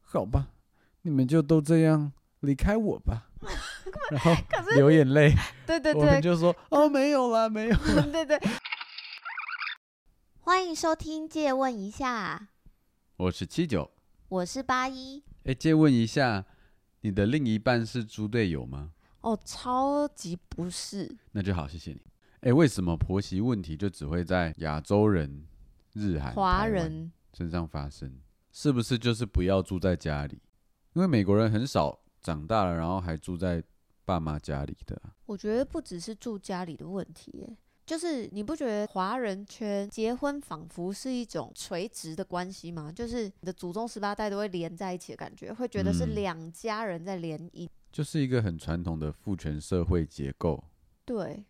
好吧，你们就都这样离开我 吧。然后流眼泪，对对我们对，就说哦，没有啦，没有。 对对，欢迎收听《借问一下》，我是七九，我是八一。哎，借问一下，你的另一半是猪队友吗？哦，超级不是，那就好，谢谢你。哎，为什么婆媳问题就只会在亚洲人、日韩、华台湾人身上发生，是不是就是不要住在家里？因为美国人很少长大了，然后还住在爸妈家里的啊。我觉得不只是住家里的问题耶，就是你不觉得华人圈结婚仿佛是一种垂直的关系吗？就是你的祖宗十八代都会连在一起的感觉，会觉得是嗯两家人在联姻。就是一个很传统的父权社会结构。对，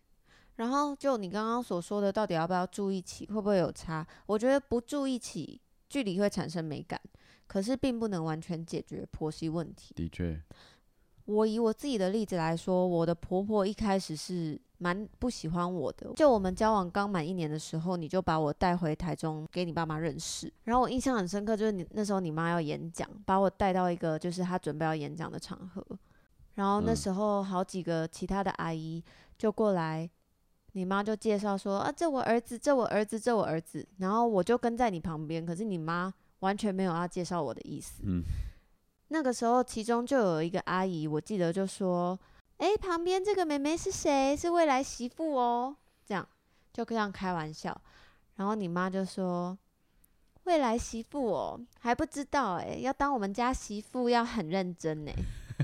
然后就你刚刚所说的，到底要不要住一起，会不会有差？我觉得不住一起，距离会产生美感，可是并不能完全解决婆媳问题。的确，我以我自己的例子来说，我的婆婆一开始是蛮不喜欢我的。就我们交往刚满一年的时候，你就把我带回台中给你爸妈认识。然后我印象很深刻，就是你那时候你妈要演讲，把我带到一个就是她准备要演讲的场合。然后那嗯时候好几个其他的阿姨就过来，你妈就介绍说啊，这我儿子，这我儿子，这我儿子。然后我就跟在你旁边，可是你妈完全没有要介绍我的意思。嗯，那个时候，其中就有一个阿姨，我记得就说：“诶，旁边这个妹妹是谁？是未来媳妇哦。”这样就这样开玩笑。然后你妈就说：“未来媳妇哦，还不知道诶，要当我们家媳妇要很认 真呢。啊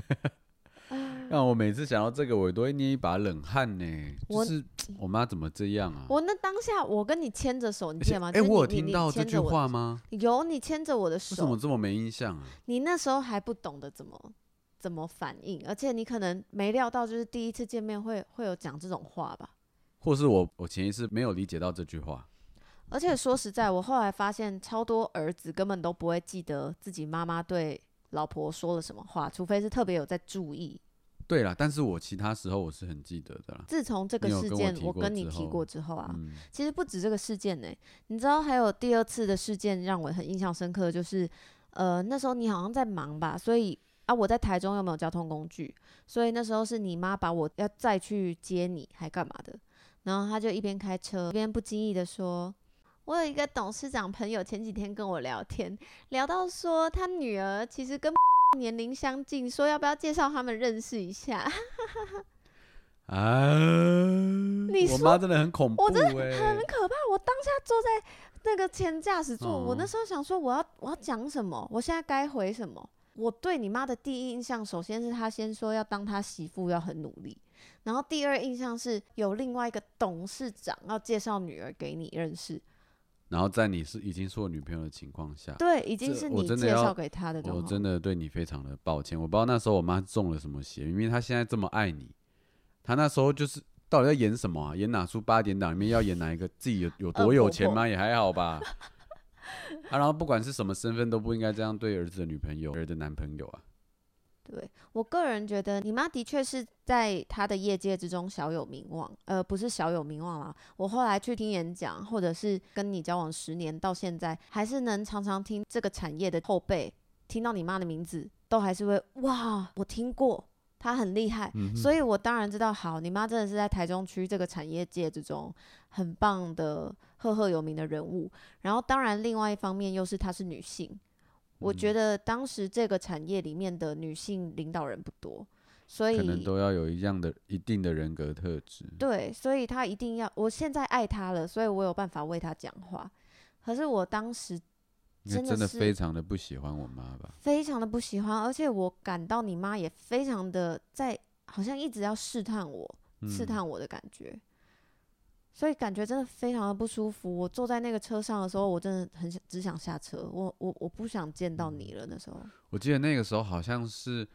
让我每次想到这个，我都会捏一把冷汗呢。就我是我妈怎么这样啊”？我那当下，我跟你牵着手，你记得吗？哎、就诶是你我有你听你到这牵句着我的话吗？有你牵着我的为什么手，这么没印象啊？你那时候还不懂得怎么怎么反应，而且你可能没料到，就是第一次见面会会有讲这种话吧。或是我我前一次没有理解到这句话？而且说实在，我后来发现，超多儿子根本都不会记得自己妈妈对老婆说了什么话，除非是特别有在注意。对啦，但是我其他时候我是很记得的啦。自从这个你有事跟我件提我过跟之你提后过之后啊，嗯，其实不止这个事件呢、你知道还有第二次的事件让我很印象深刻，就是呃那时候你好像在忙吧，所以啊我在台中又没有交通工具，所以那时候是你妈把我要再去接你还干嘛的，然后她就一边开车一边不经意的说。我有一个董事长朋友，前几天跟我聊天，聊到说他女儿其实跟 年龄相近，说要不要介绍他们认识一下？啊！你我说妈真的很恐怖、欸，我真很可怕。我当下坐在那个前驾驶座，我那哦时候想说，我要我要讲什么？我现在该回什么？我对你妈的第一印象，首先是她先说要当她媳妇，要很努力。然后第二印象是有另外一个董事长要介绍女儿给你认识，然后在你是已经是我女朋友的情况下，对，已经这是我你真的介要绍给她的状我况。真的对你非常的抱歉。我不知道那时候我妈中了什么邪，因为她现在这么爱你，她那时候就是到底在演什么啊？演哪出八点档里面要演哪一个？自己有有多有钱呃恶婆吗？也还好 吧。啊，然后不管是什么身份都不应该这样对儿子的女朋友、儿子的男朋友啊。对我个人觉得，你妈的确是在她的业界之中小有名望，呃，不是小有名望啦。我后来去听演讲，或者是跟你交往十年到现在，还是能常常听这个产业的后辈听到你妈的名字，都还是会哇，我听过，她很厉害。嗯哼所以我当然知道，好，你妈真的是在台中区这个产业界之中很棒的赫赫有名的人物。然后当然，另外一方面又是她是女性，我嗯觉得当时这个产业里面的女性领导人不多，所可能以都要有一样的一定的人格特质。对，所以她一定要，我现在爱她了，所以我有办法为她讲话。可是我当时因为真的真的是非常的不喜欢我妈吧？非常的不喜欢，而且我感到你妈也非常的在，好像一直要试探我，嗯刺探我的感觉，所以感觉真的非常的不舒服。我坐在那个车上的时候，我真的很想只想下车，我我我不想见到你嗯了。那时候，我记得那个时候好像是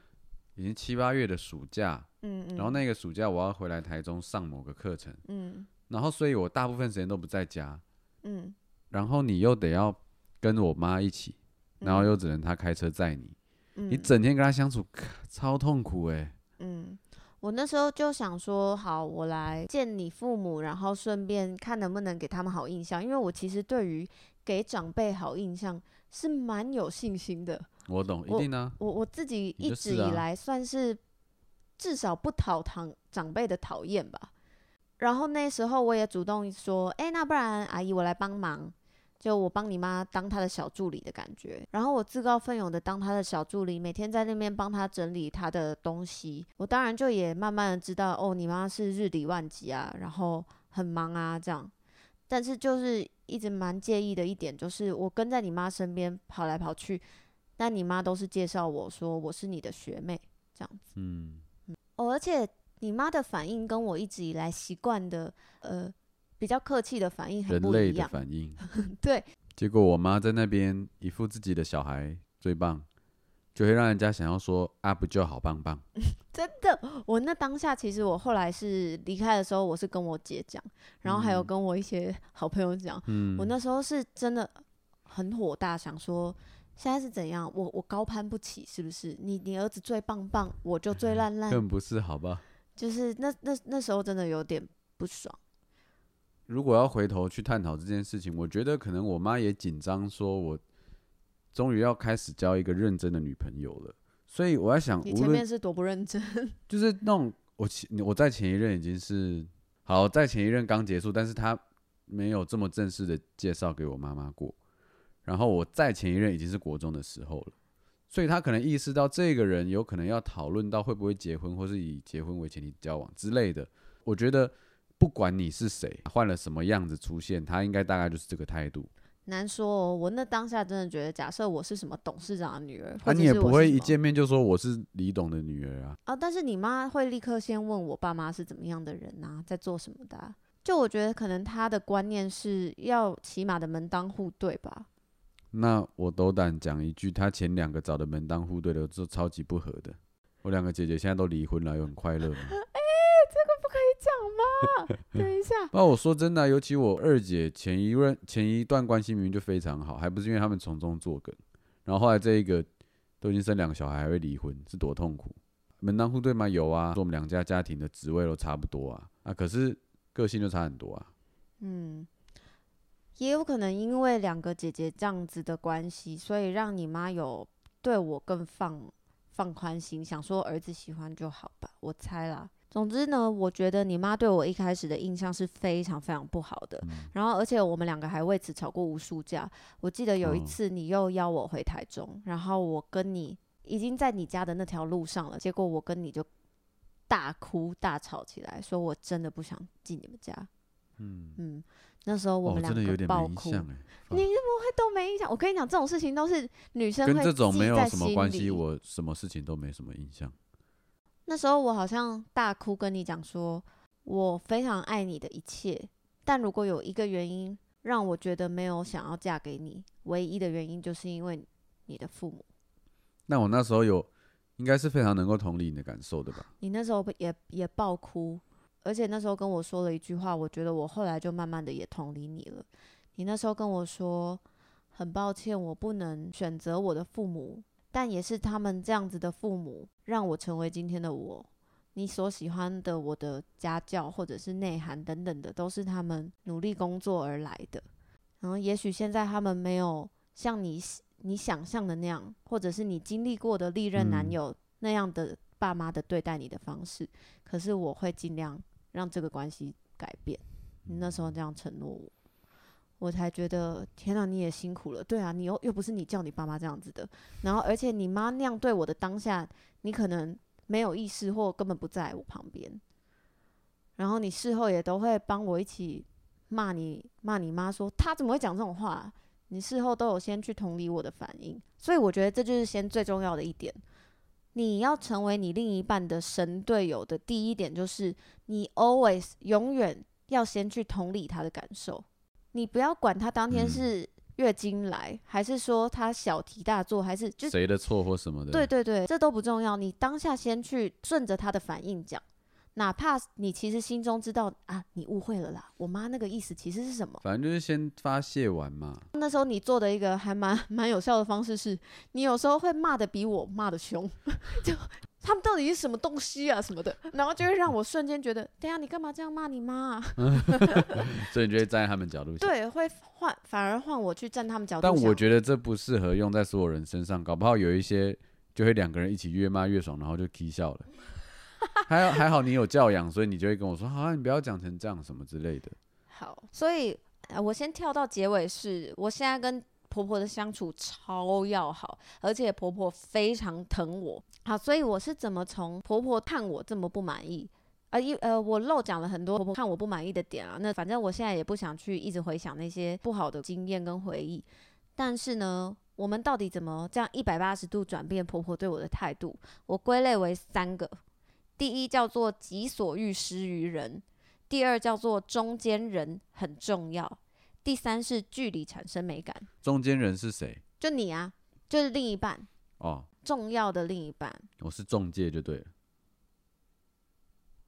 已经七八月的暑假，嗯嗯，然后那个暑假我要回来台中上某个课程，嗯然后所以我大部分时间都不在家，嗯，然后你又得要跟我妈一起，然后嗯又只能她开车载你，你嗯整天跟她相处超痛苦哎、嗯，我那时候就想说，好，我来见你父母，然后顺便看能不能给他们好印象，因为我其实对于给长辈好印象是蛮有信心的。我懂，一我定啊，我我自己你一就直是以啊来算是至少不讨堂长辈的讨厌吧。然后那时候我也主动说，哎、那不然阿姨我来帮忙，就我帮你妈当她的小助理的感觉。然后我自告奋勇的当她的小助理，每天在那边帮她整理她的东西。我当然就也慢慢的知道，哦，你妈是日理万机啊，然后很忙啊这样。但是就是一直蛮介意的一点，就是我跟在你妈身边跑来跑去，但你妈都是介绍我说我是你的学妹这样子。嗯，哦，而且你妈的反应跟我一直以来习惯的呃比较客气的反应很人不类一的样。 反应。对，结果我妈在那边一副自己的小孩最棒，就会让人家想要说啊不就好棒棒。真的，我那当下其实我后来是离开的时候，我是跟我姐讲，然后还有嗯跟我一些 好朋友讲，嗯，我那时候是真的很火大，想说现在是怎样，我我高攀不起是不是？你你儿子最棒棒，我就最烂嗯烂，更不是好吧？就是那那那时候真的有点不爽。如果要回头去探讨这件事情，我觉得可能我妈也紧张，说我终于要开始交一个认真的女朋友了。所以我在想，你无前论面是多不认真。就是那种我前我在前一任已经是好，在前一任刚结束，但是他没有这么正式的介绍给我妈妈过。然后我在前一任已经是国中的时候了，所以他可能意识到这个人有可能要讨论到会不会结婚，或是以结婚为前提交往之类的。我觉得不管你是谁，换了什么样子出现，他应该大概就是这个态度。难说哦，我那当下真的觉得，假设我是什么董事长的女儿，啊，或者你也是我不是会什一么见面就说我是李董的女儿啊。啊，但是你妈会立刻先问我爸妈是怎么样的人啊，在做什么的啊、就我觉得可能她的观念是要起码的门当户对 吧，那我斗胆讲一句，他前两个找的门当户对的，都超级不合的。我两个姐姐现在都离婚了，有很快乐吗？ 等一下，那我说真的啊、尤其我二姐前一任前一段关系明明就非常好，还不是因为他们从中作梗，然后后来这一个都已经生两个小孩还会离婚，是多痛苦。门当户对吗？有啊，说我们两家家庭的职位都差不多啊，啊，可是个性就差很多啊。嗯，也有可能因为两个姐姐这样子的关系，所以让你妈有对我更放放宽心，想说儿子喜欢就好吧，我猜啦。总之呢，我觉得你妈对我一开始的印象是非常非常不好的，然后而且我们两个还为此吵过无数架。我记得有一哦次你又邀我回台中，然后我跟你已经在你家的那条路上了，结果我跟你就大哭大吵起来，说我真的不想进你们家。嗯，嗯，那时候我哦，们真两的有个点爆没印哭，象哎、你都没印象。我跟你讲，这种事情都是女生跟会这种记没有在什么心关系，里我什么事情都没什么印象。那时候我好像大哭跟你讲说，我非常爱你的一切，但如果有一个原因让我觉得没有想要嫁给你，唯一的原因就是因为你的父母。那我那时候有，应该是非常能够同理你的感受的吧？你那时候不也也爆哭，而且那时候跟我说了一句话，我觉得我后来就慢慢的也同理你了。你那时候跟我说，很抱歉，我不能选择我的父母，但也是他们这样子的父母，让我成为今天的我。你所喜欢的我的家教或者是内涵等等的，都是他们努力工作而来的。然后，也许现在他们没有像你你想象的那样，或者是你经历过的历任男嗯友那样的爸妈的对待你的方式，可是我会尽量让这个关系改变。你那时候这样承诺我，我才觉得天哪，你也辛苦了。对啊，你又又不是你叫你爸妈这样子的，然后而且你妈那样对我的当下，你可能没有意识或根本不在我旁边，然后你事后也都会帮我一起骂你骂你妈说她怎么会讲这种话啊、你事后都有先去同理我的反应，所以我觉得这就是先最重要的一点。你要成为你另一半的神队友的第一点，就是你 always 永远要先去同理他的感受，你不要管他当天嗯是月经来，还是说他小题大做，还是就谁的错或什么的？嗯对对对，这都不重要，你当下先去顺着他的反应讲，哪怕你其实心中知道啊，你误会了啦，我妈那个意思其实是什么？反正就是先发泄完嘛。 那时候你做的一 个还蛮 蛮有效的方式是，你有时候会骂的比我骂的凶，就他们到底是什么东西啊什么的，然后就会让我瞬间觉得，对啊呀，你干嘛这样骂你妈、啊？ 所以你就会站在他们角度想。对，会换反而换我去站他们角度但想。我觉得这不适合用在所有人身上，搞不好有一些就会两个人一起越骂越爽，然后就 k 笑 了。还好还好你有教养，所以你就会跟我说，好、啊，你不要讲成这样什么之类的。好，所以、呃我先跳到结尾是，我现在跟婆婆的相处超要好，而且婆婆非常疼我。好，所以我是怎么从婆婆看我这么不满意？呃，因呃，我漏讲了很多婆婆看我不满意的点啊。那反正我现在也不想去一直回想那些不好的经验跟回忆。但是呢，我们到底怎么这样一百八十度转变婆婆对我的态度？我归类为三个，第一叫做己所欲施于人，第二叫做中间人很重要，第三是距离产生美感，中间人是谁？就你啊，就是另一半哦，重要的另一半。我是中介就对了。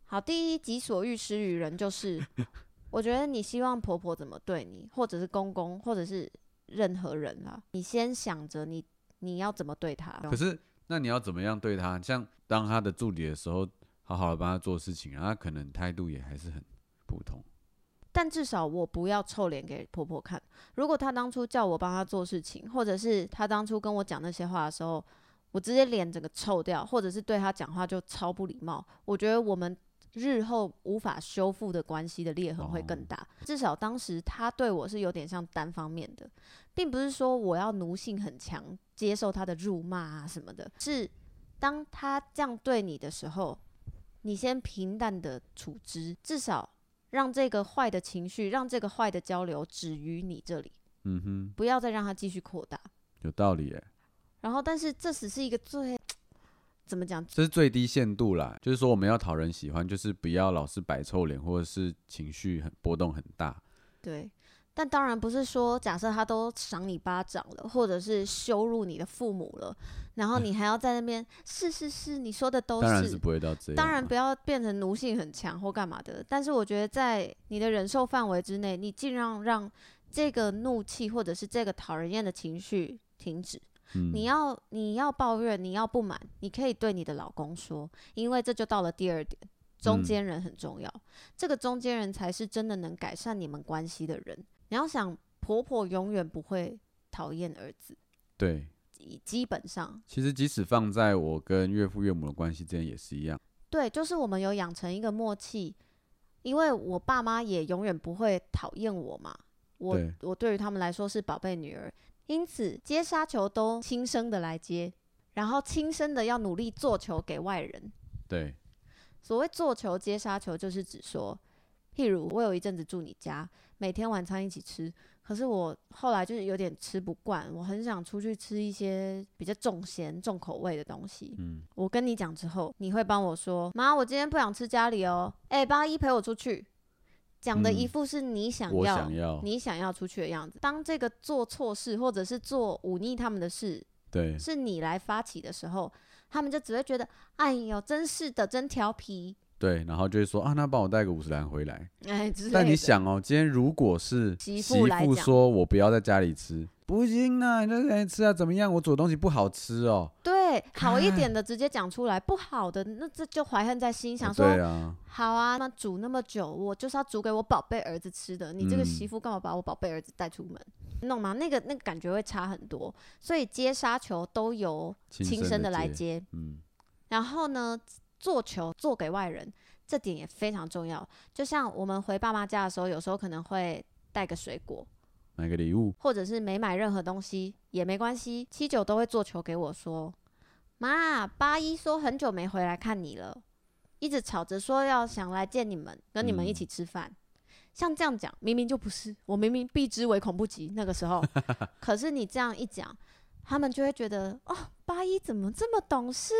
好，第一己所欲施于人，就是 我觉得你希望婆婆怎么对你，或者是公公，或者是任何人啦，你先想着你你要怎么对他。可是那你要怎么样对他？像当他的助理的时候，好好的帮他做事情，然后他可能态度也还是很普通。但至少我不要臭脸给婆婆看。如果她当初叫我帮她做事情，或者是她当初跟我讲那些话的时候，我直接脸整个臭掉，或者是对她讲话就超不礼貌，我觉得我们日后无法修复的关系的裂痕会更大。至少当时她对我是有点像单方面的，并不是说我要奴性很强，接受她的辱骂啊什么的，是当她这样对你的时候，你先平淡的处之，至少让这个坏的情绪，让这个坏的交流止于你这里，嗯哼，不要再让它继续扩大。有道理耶，然后，但是这只是一个最怎么讲？这是最低限度啦。就是说我们要讨人喜欢，就是不要老是摆臭脸，或者是情绪很波动很大。对，但当然不是说，假设他都赏你巴掌了，或者是羞辱你的父母了，然后你还要在那边是是是，你说的都当然是不会到这样啊。当然不要变成奴性很强或干嘛的，但是我觉得在你的忍受范围之内，你尽量让这个怒气或者是这个讨人厌的情绪停止。嗯你要你要抱怨，你要不满，你可以对你的老公说，因为这就到了第二点，中嗯间人很重要，这个中间人才是真的能改善你们关系的人。你要想，婆婆永远不会讨厌儿子，对，基基本上其实即使放在我跟岳父岳母的关系之间也是一样。对，就是我们有养成一个默契，因为我爸妈也永远不会讨厌我嘛，我对我对于他们来说是宝贝女儿，因此接杀球都亲生的来接，然后亲生的要努力做球给外人。对，所谓做球接杀球，就是指说，譬如我有一阵子住你家，每天晚餐一起吃，可是我后来就是有点吃不惯，我很想出去吃一些比较重咸、重口味的东西。嗯，我跟你讲之后，你会帮我说，妈，我今天不想吃家里哦，哎、八一陪我出去，讲的嗯一副是你想我要，想要，你想要出去的样子。当这个做错事或者是做忤逆他们的事对，是你来发起的时候，他们就只会觉得，哎呦，真是的，真调皮，对，然后就会说啊，那帮我带个五十兰回来。哎之类的。但你想哦，今天如果是媳妇妇来讲说我不要在家里吃，不行啊，你在家里吃啊，怎么样？我煮的东西不好吃哦。对好一看点的直接讲出来，不好的那这就怀恨在心，想哦说对啊，好啊，那煮那么久，我就是要煮给我宝贝儿子吃的。你这个嗯媳妇干嘛把我宝贝儿子带出门？你懂吗？那个那个感觉会差很多。所以接杀球都由亲亲生的来接，接，嗯，然后呢，做球做给外人，这点也非常重要。就像我们回爸妈家的时候，有时候可能会带个水果，买个礼物，或者是没买任何东西也没关系，七九都会做球给我说，妈，八一说很久没回来看你了，一直吵着说要想来见你们，跟你们嗯一起吃饭。像这样讲，明明就不是，我明明避之唯恐不及。那个时 候，可是你这样一讲，他们就会觉得哦，八一怎么这么懂事？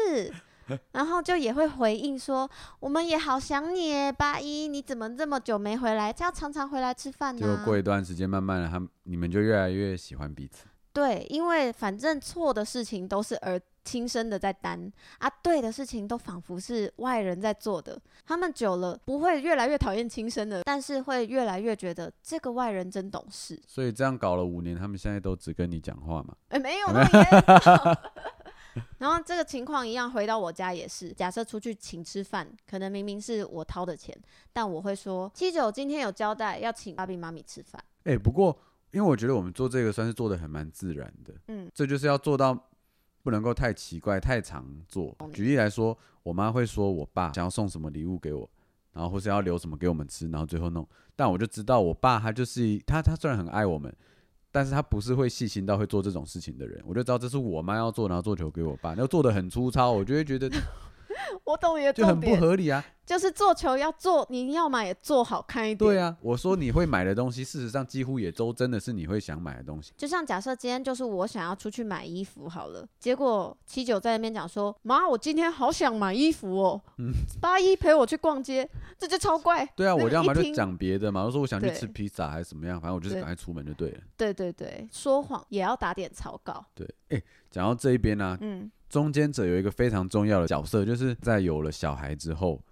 然后就也会回应说，我们也好想你耶，八一，你怎么这么久没回来？这样常常回来吃饭结呢、果过一段时间，慢慢的他们你们就越来越喜欢彼此。对，因为反正错的事情都是儿亲生的在担啊，对的事情都仿佛是外人在做的。他们久了不会越来越讨厌亲生的，但是会越来越觉得这个外人真懂事。所以这样搞了五年，他们现在都只跟你讲话嘛。哎，没有那么严重。 然后这个情况一样，回到我家也是。假设出去请吃饭，可能明明是我掏的钱，但我会说七九今天有交代要请爸比妈咪吃饭。哎、不过因为我觉得我们做这个算是做的很蛮自然的，嗯，这就是要做到不能够太奇怪、太常做。举例来说，我妈会说我爸想要送什么礼物给我，然后或是要留什么给我们吃，然后最后弄。但我就知道我爸他就是他，他虽然很爱我们。但是他不是会细心到会做这种事情的人，我就知道这是我妈要做，然后做球给我爸，要做的很粗糙，我就会觉得 我懂你的就很重不点，合理啊。就是做球要做，你要嘛也做好看一点。对啊，我说你会买的东西，事实上几乎也都真的是你会想买的东西。就像假设今天就是我想要出去买衣服好了，结果七九在那边讲说：“妈，我今天好想买衣服哦，嗯 八一陪我去逛街。”这就超怪。对啊，那我个要一嘛就听讲别的嘛，我说我想去对吃披萨还是怎么样，反正我就是对赶快出门就对了。对对对，说谎也要打点草稿。对，哎、讲到这一边呢、啊，嗯，中间者有一个非常重要的角色，就是在有了小孩之后，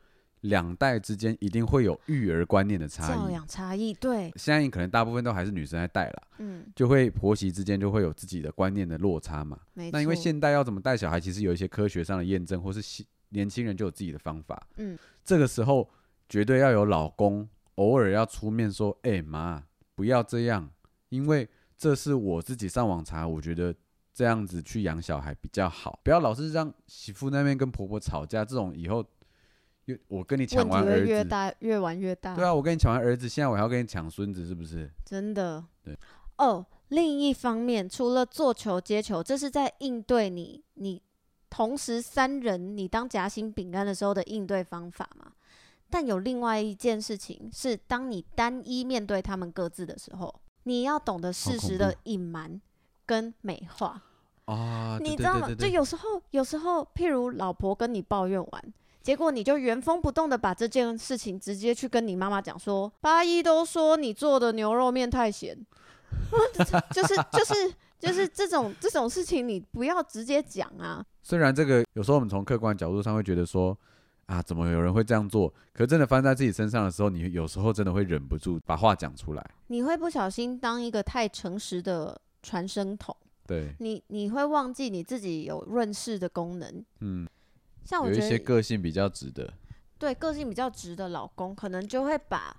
两代之间一定会有育儿观念的差教异。养差异，对，现在可能大部分都还是女生在带啦，嗯，就会婆媳之间就会有自己的观念的落差嘛。没错。那因为现代要怎么带小孩，其实有一些科学上的验证，或是新年轻人就有自己的方法。嗯，这个时候绝对要有老公偶尔要出面说：“哎、妈，不要这样，因为这是我自己上网查，我觉得这样子去养小孩比较好，不要老是让媳妇那边跟婆婆吵架，这种以后又我跟你抢问题完会儿越子，大，越玩越大。对啊，我跟你抢完儿子，现在我还要跟你抢孙子，是不是？真的。对。哦，另一方面，除了做球接球，这是在应对你你同时三人你当夹心饼干的时候的应对方法嘛。但有另外一件事情是，当你单一面对他们各自的时候，你要懂得适时好的恐隐瞒跟美化。啊，对你对知道吗对？就对对有时候，有时候，譬如老婆跟你抱怨完，结果你就原封不动的把这件事情直接去跟你妈妈讲说，八一都说你做的牛肉面太咸， 啊就是就是就是这种这种事情，你不要直接讲啊。虽然这个有时候我们从客观角度上会觉得说啊，怎么有人会这样做？可真的翻在自己身上的时候，你有时候真的会忍不住把话讲出来。你会不小心当一个太诚实的传声筒，对，你你会忘记你自己有润饰的功能。嗯，像我有觉一得些个性比较直的，对个性比较直的老公，可能就会把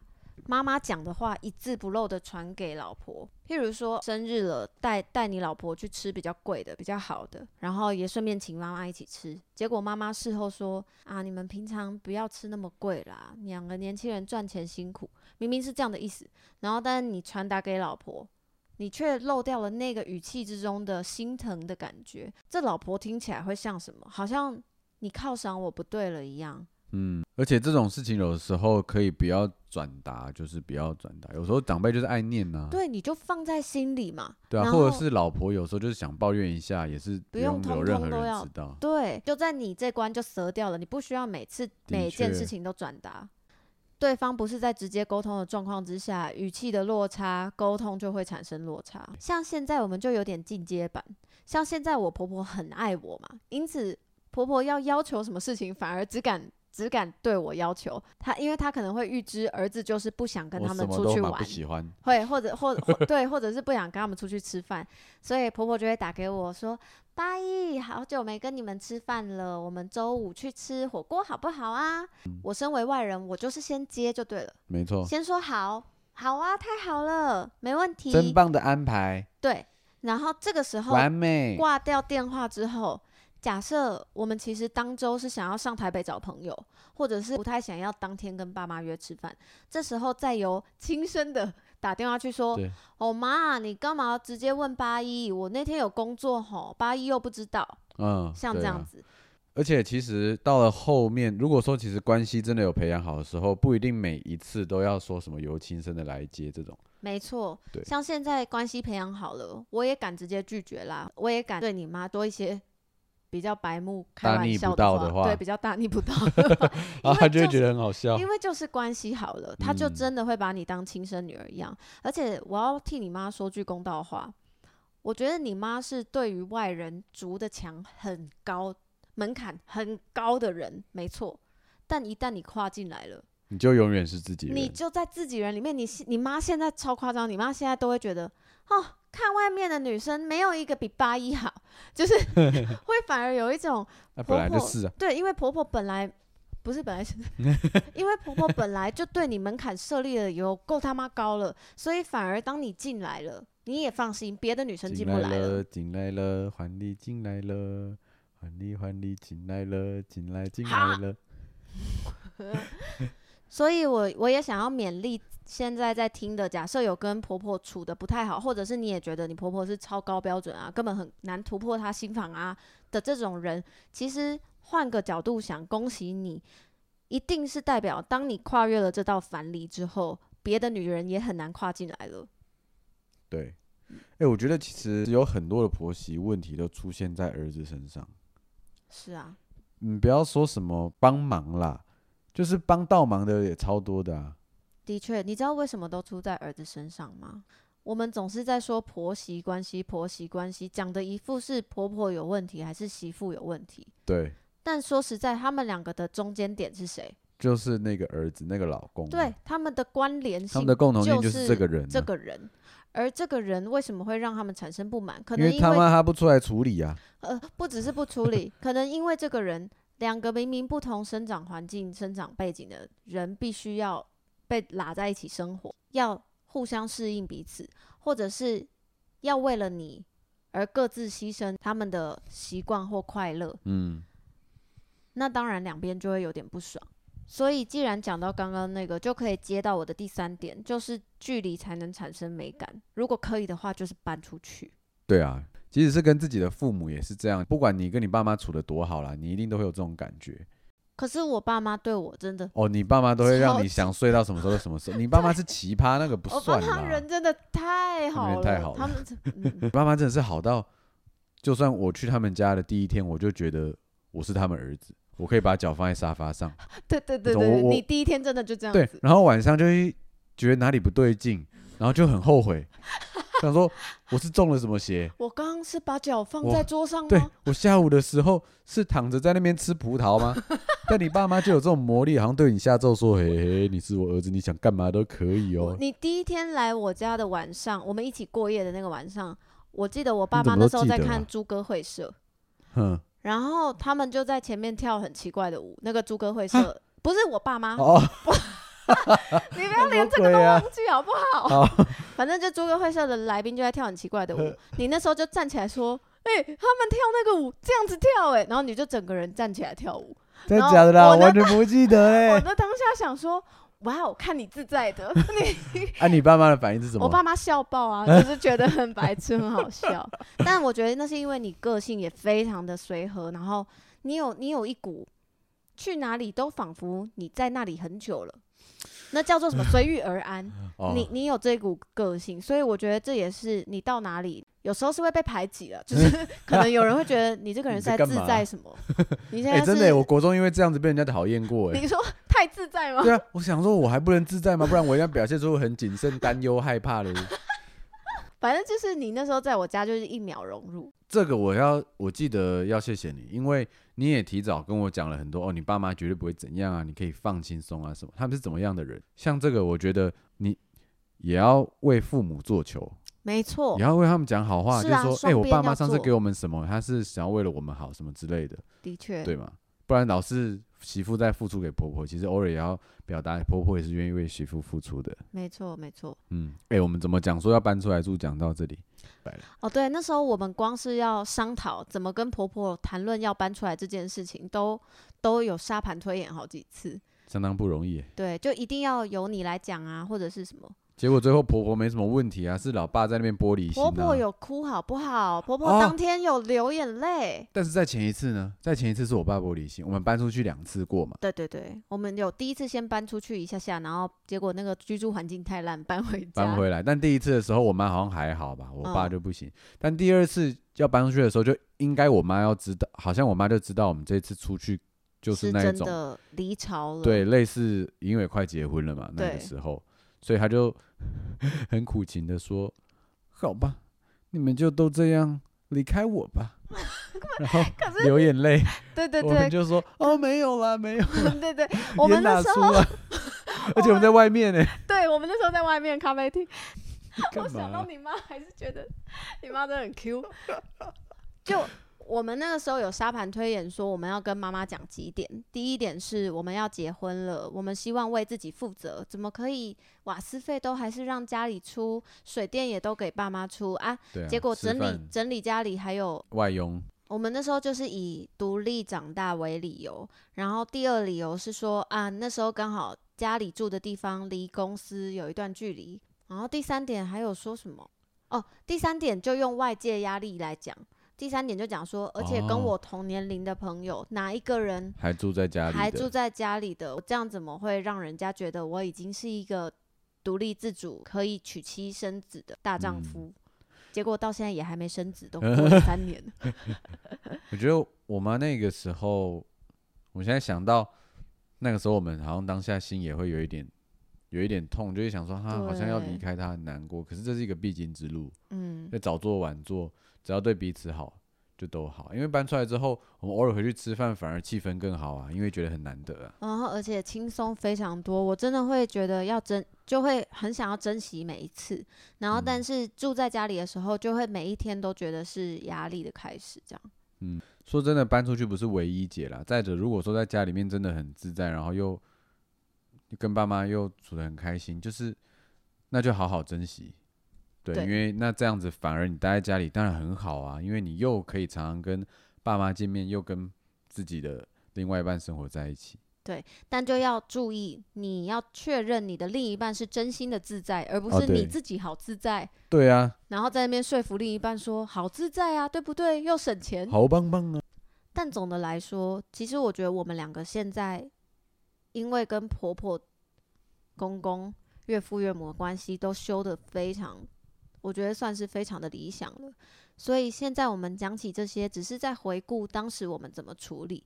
妈妈讲的话一字不漏的传给老婆。譬如说生日了，带带你老婆去吃比较贵的、比较好的，然后也顺便请妈妈一起吃。结果妈妈事后说：“啊，你们平常不要吃那么贵啦，两个年轻人赚钱辛苦。”明明是这样的意思，然后但是你传达给老婆。你却漏掉了那个语气之中的心疼的感觉，这老婆听起来会像什么？好像你犒赏我不对了一样。嗯，而且这种事情有时候可以不要转达，就是不要转达。有时候长辈就是爱念呐、对，你就放在心里嘛。啊对啊，然或者后是老婆有时候就是想抱怨一下，也是不用用有通任通何都人要知道。对，就在你这关就折掉了，你不需要每次每件确事情都转达。对方不是在直接沟通的状况之下，语气的落差，沟通就会产生落差。像现在我们就有点进阶版，像现在我婆婆很爱我嘛，因此婆婆要要求什么事情，反而只敢只敢对我要求。她因为她可能会预知儿子就是不想跟我他什们么出都去蛮玩不，喜欢，会或者或或对，或者是不想跟他们出去吃饭，所以婆婆就会打给我说：“八一，好久没跟你们吃饭了，我们周五去吃火锅好不好啊？”嗯我身为外人，我就是先接就对了，没错，先说好，好啊，太好了，没问真题。棒的安排，对，然后这个时候完美。挂掉电话之后，假设我们其实当周是想要上台北找朋友，或者是不太想要当天跟爸妈约吃饭，这时候再由亲生的打电话去说对：“哦妈，你干嘛直接问八一？我那天有工作吼，八一又不知道。嗯”，像对这啊样子，而且其实到了后面，如果说其实关系真的有培养好的时候，不一定每一次都要说什么由亲生的来接这种。没错对，像现在关系培养好了，我也敢直接拒绝啦，我也敢对你妈多一些。比较白目、开大玩逆笑不道的话对，比较大逆不道的 话，啊，因他为就会就觉得很好笑。因为就是关系好了，他就哦嗯真的会把你当亲生女儿一样。而且我要替你妈说句公道话，我觉得你妈是对于外人筑的墙很高，门槛很高的人，没错。但一旦你跨进来了，你就永远是自己人。你就在自己人里面。你现你妈现在超夸张，你妈现在都会觉得，哦，看外面的女生没有一个比八一好，就是 会反而有一种那婆本来就婆是啊，对，因为婆婆本来不是本 来是，因为婆婆本来就对你门槛设立的有够他妈高了，所以反而当你进来了，你也放心，别的女生进进不来了。了，进来了，还你进来了，还你还你进来了，进来进哈来了。所以我我也想要勉励现在在听的，假设有跟婆婆处的不太好，或者是你也觉得你婆婆是超高标准啊，根本很难突破她心房啊的这种人，其实换个角度想，恭喜你，一定是代表当你跨越了这道樊篱之后，别的女人也很难跨进来了。对，哎、我觉得其实有很多的婆媳问题都出现在儿子身上。是啊，你不要说什么帮忙啦，就是帮倒忙的也超多的啊。的确，你知道为什么都出在儿子身上吗？我们总是在说婆媳关系，婆媳关系讲的一副是婆婆有问题还是媳妇有问题，对，但说实在，他们两个的中间点是谁？就是那个儿子，那个老公啊，对，他们的关联他性们的共同点就就是这是个人、啊，这个人，而这个人为什么会让他们产生不满？可因能为因他为妈他不出来处理啊。呃，不只是不处理，可能因为这个人，两个明明不同生长环境、生长背景的人，必须要被拉在一起生活，要互相适应彼此，或者是要为了你而各自牺牲他们的习惯或快乐。嗯，那当然两边就会有点不爽。所以既然讲到刚刚那个，就可以接到我的第三点，就是距离才能产生美感。如果可以的话，就是搬出去。对啊，即使是跟自己的父母也是这样，不管你跟你爸妈处的多好啦，你一定都会有这种感觉。可是我爸妈对我真的，哦，你爸妈都会让超你级想睡到什么时候就什么时候，你爸妈是奇葩，那个不我爸算妈啦。人真的太他们好人了，太好他们真、嗯你爸妈真的是好到，就算我去他们家的第一天，我就觉得我是他们儿子，我可以把脚放在沙发上。 对对对我对，对我你第一天真的就这样对子，，然后晚上就会觉得哪里不对劲，然后就很后 悔，想说我是中了什么邪。我刚刚是把脚放我在桌上对吗？我下午的时候是躺着在那边吃葡萄吗？但你爸妈就有这种魔力，好像对你下咒说：“嘿嘿，你是我儿子，你想干嘛都可以我哦。你第一天来我家的晚上，我们一起过夜的那个晚上，我记得我爸你怎妈么那都时候记在得看啊《猪哥会社》，”哼，然后他们就在前面跳很奇怪的舞，那个猪哥会社不是我爸妈，啊哦，你不要啊连这什么个都鬼啊忘记好不好？哦 反正就猪哥会社的来宾就在跳很奇怪的 舞，你那时候就站起来说：“哎、他们跳那个舞这样子跳、哎，然后你就整个人站起来跳舞。真然的后假的啦？我我那完全不记得 我哎。就当下想说：“哇哦，看你自在的。你”啊，你爸妈的反应是什我么？爸妈笑 爆啊，就是觉得很白痴，很好笑。但我觉得那是因为你个性也非常的随和，然后你有你有一股去哪里都仿佛你在那里很久了，那叫做什么随遇而安。 哦你你有这股个性，所以我觉得这也是你到哪里有时候是会被排挤的，就是 可能有人会觉得你这个人是 你在在干自嘛在什么？你现哎、在真的耶，是我国中因为这样子被人家讨厌过哎。你说太自在吗？对啊，我想说我还不能自在吗？不然我一定要表现出很谨慎、担忧、害怕的。反正就是你那时候在我家就是一秒融入，这个我要，我记得要谢谢你，因为你也提早跟我讲了很多哦，你爸妈绝对不会怎样啊，你可以放轻松啊什么，他们是怎么样的人？像这个，我觉得你也要为父母做球，没错也，要为他们讲好话，哦是就是啊说，哎、双我边爸要妈上次做给我们什么，他是想要为了我们好什么之类的，的确，对吗？不然老是媳妇在付出给婆婆，其实偶尔也要表达婆婆也是愿意为媳妇付出的。没错，没错。嗯，哎、我们怎么讲说要搬出来住？讲到这里，哦，对，那时候我们光是要商讨怎么跟婆婆谈论要搬出来这件事情，都都有沙盘推演好几次。相当不容易啊耶。对，就一定要由你来讲啊，或者是什么。结果最后婆婆没什么问题啊，是老爸在那边玻璃心、啊。婆婆有哭好不好？婆哦婆当天有流眼泪。但是在前一次呢，在前一次是我爸玻璃心，我们搬出去两次过嘛。对对对，我们有第一次先搬出去一下下，然后结果那个居住环境太烂，搬回家。搬回来，但第一次的时候，我妈好像还好吧，我爸嗯就不行。但第二次要搬出去的时候，就应该我妈要知道，好像我妈就知道我们这次出去就是那一真种，的离巢了。对，类似因为快结婚了嘛，那个对时候，所以她就 很苦情的说：“好吧，你们就都这样离开我 吧。”然后流眼泪，对对我们对就说：“哦，没有啦，没有。”对 对， 我们哪那时候 出啊 而且我们在外面呢、对，我们那时候在外面咖啡厅，我 干想嘛？到啊你妈，还是觉得你妈真的很 Q。就我们那个时候有沙盘推演，说我们要跟妈妈讲几点。第一点是我们要结婚了，我们希望为自己负责，怎么可以瓦斯费都还是让家里出，水电也都给爸妈出啊？对啊，结果吃整理饭整理家里，还有外佣，我们那时候就是以独立长大为理由，然后第二理由是说啊，那时候刚好家里住的地方离公司有一段距离，然后第三点还有说什么？哦，第三点就用外界压力来讲，第三点就讲说，而且跟哦我同年龄的朋友、哪一个人还住在家里的，还住在家里的，这样怎么会让人家觉得我已经是一个独立自主、可以娶妻生子的大丈嗯夫？结果到现在也还没生 子，都过了三年了。我觉得我妈那个时候，我现在想到那个时候，我们好像当下心也会有一点，有一点痛，就是想说哈，好像要对离开她很难过。可是这是一个必经之路，嗯，那早做晚做，只要对彼此好就都好。因为搬出来之后，我们偶尔回去吃饭，反而气氛更好啊，因为觉得很难得啊。然后而且轻松非常多，我真的会觉得要珍，就会很想要珍惜每一次。然后嗯但是住在家里的时候，就会每一天都觉得是压力的开始，这样。说真的，搬出去不是唯一解啦。再者，如果说在家里面真的很自在，然后又跟爸妈又处得很开心，就是那就好好珍惜。对，对因为那这样子反而你待在家里当然很好啊，因为你又可以常常跟爸妈见面，又跟自己的另外一半生活在一起。但就要注意，你要确认你的另一半是真心的自在，而不哦是你对自己好自在，对啊，然后在那边说服另一半说好自在啊，对不对？又省钱。好棒棒啊！但总的来说，其实我觉得我们两个现在，因为跟婆婆、公公、岳父岳母的关系都修得非常，我觉得算是非常的理想了。所以现在我们讲起这些，只是在回顾当时我们怎么处理，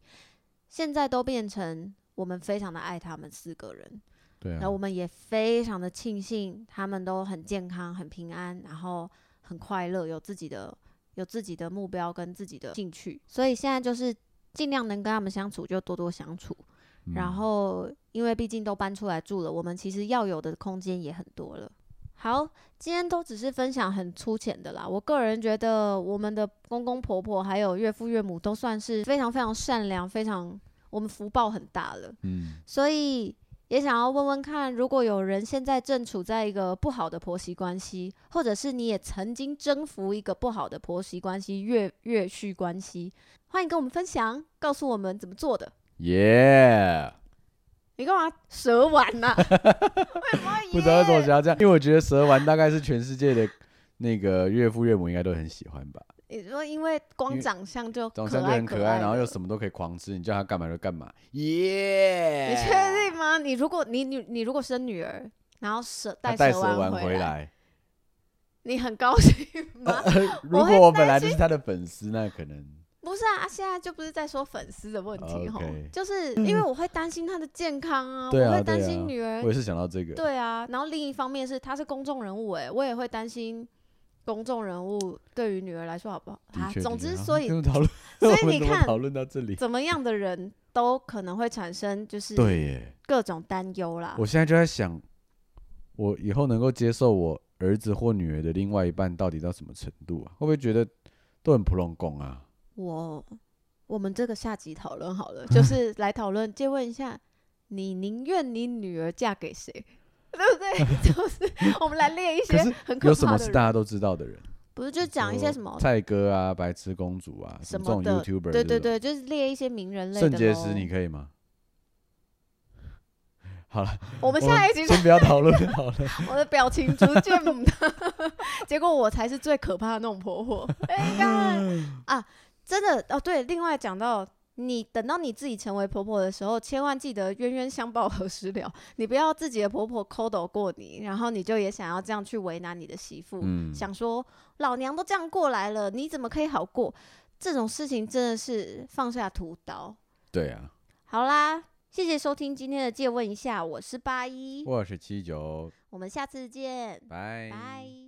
现在都变成我们非常的爱他们四个人，对啊然后，我们也非常的庆幸他们都很健康、很平安，然后很快乐，有自己的有自己的目标跟自己的兴趣，所以现在就是尽量能跟他们相处就多多相处。嗯然后，因为毕竟都搬出来住了，我们其实要有的空间也很多了。好，今天都只是分享很粗浅的啦。我个人觉得，我们的公公婆婆还有岳父岳母都算是非常非常善良，非常我们福报很大了。嗯，所以也想要问问看，如果有人现在正处在一个不好的婆媳关系，或者是你也曾经征服一个不好的婆媳关系、越越续关系，欢迎跟我们分享，告诉我们怎么做的。 耶、你干嘛蛇丸呐、 为什么要不知道为什么耶想要这样，因为我觉得蛇丸大概是全世界的那个岳父岳母应该都很喜欢吧。你说因为因光为长相就长可相就爱很可爱爱，然后又了什么都可以狂吃，你叫他干嘛就干嘛，耶、你确定吗？你如果你你你如果生女儿，然后蛇他带带蛇蛇丸丸回回来，来。你很高兴 吗？ 如我会果我本来就是他的粉丝，那可 能不是啊，现在就不是在说粉丝的问题吼啊 OK 嗯就是因为我会担心他的健康啊，对啊我会担对啊心女儿我也是想到这个。对啊，然后另一方面是他是公众人物哎、我也会担心公众人物对于女儿来说好不好的啊确，？总的确之，好所 以我们讨论， 所以我们你怎么看讨论到这里，怎么样的人都可能会产生就是对耶，各种担忧啦我。现在就在想，我以后能够接受我儿子或女儿的另外一半到底到什么程度啊？会不会觉得都很普龙拱啊？我我们这个下集讨论好了， 就是来讨论，借问一下，你宁愿你女儿嫁给谁？ 对不对？ 就是我们来列一些可是很可有什怕么的是人大家都知道的人？不是就讲一些什么？蔡哥啊、白痴公主啊，什么么这的种 YouTuber，对这对种对，就是列一些名人类的肾咯。结石你可以吗？好了，我们我下们一集就先不要讨论好了。我的表情逐 渐母汤， 结果我才是最可怕的那种 婆婆。哎呀啊，真的哦，对，另外讲到。你等到你自己成为婆婆的时候，千万记得冤冤相报何时了。你不要自己的婆婆抠抖过你，然后你就也想要这样去为难你的媳妇，嗯， 想说老娘都这样过来了，你怎么可以好过？这种事情真的是放下屠刀。对啊，好啦，谢谢收听今天的借问一下，我是八一，我是七九，我们下次见，拜拜。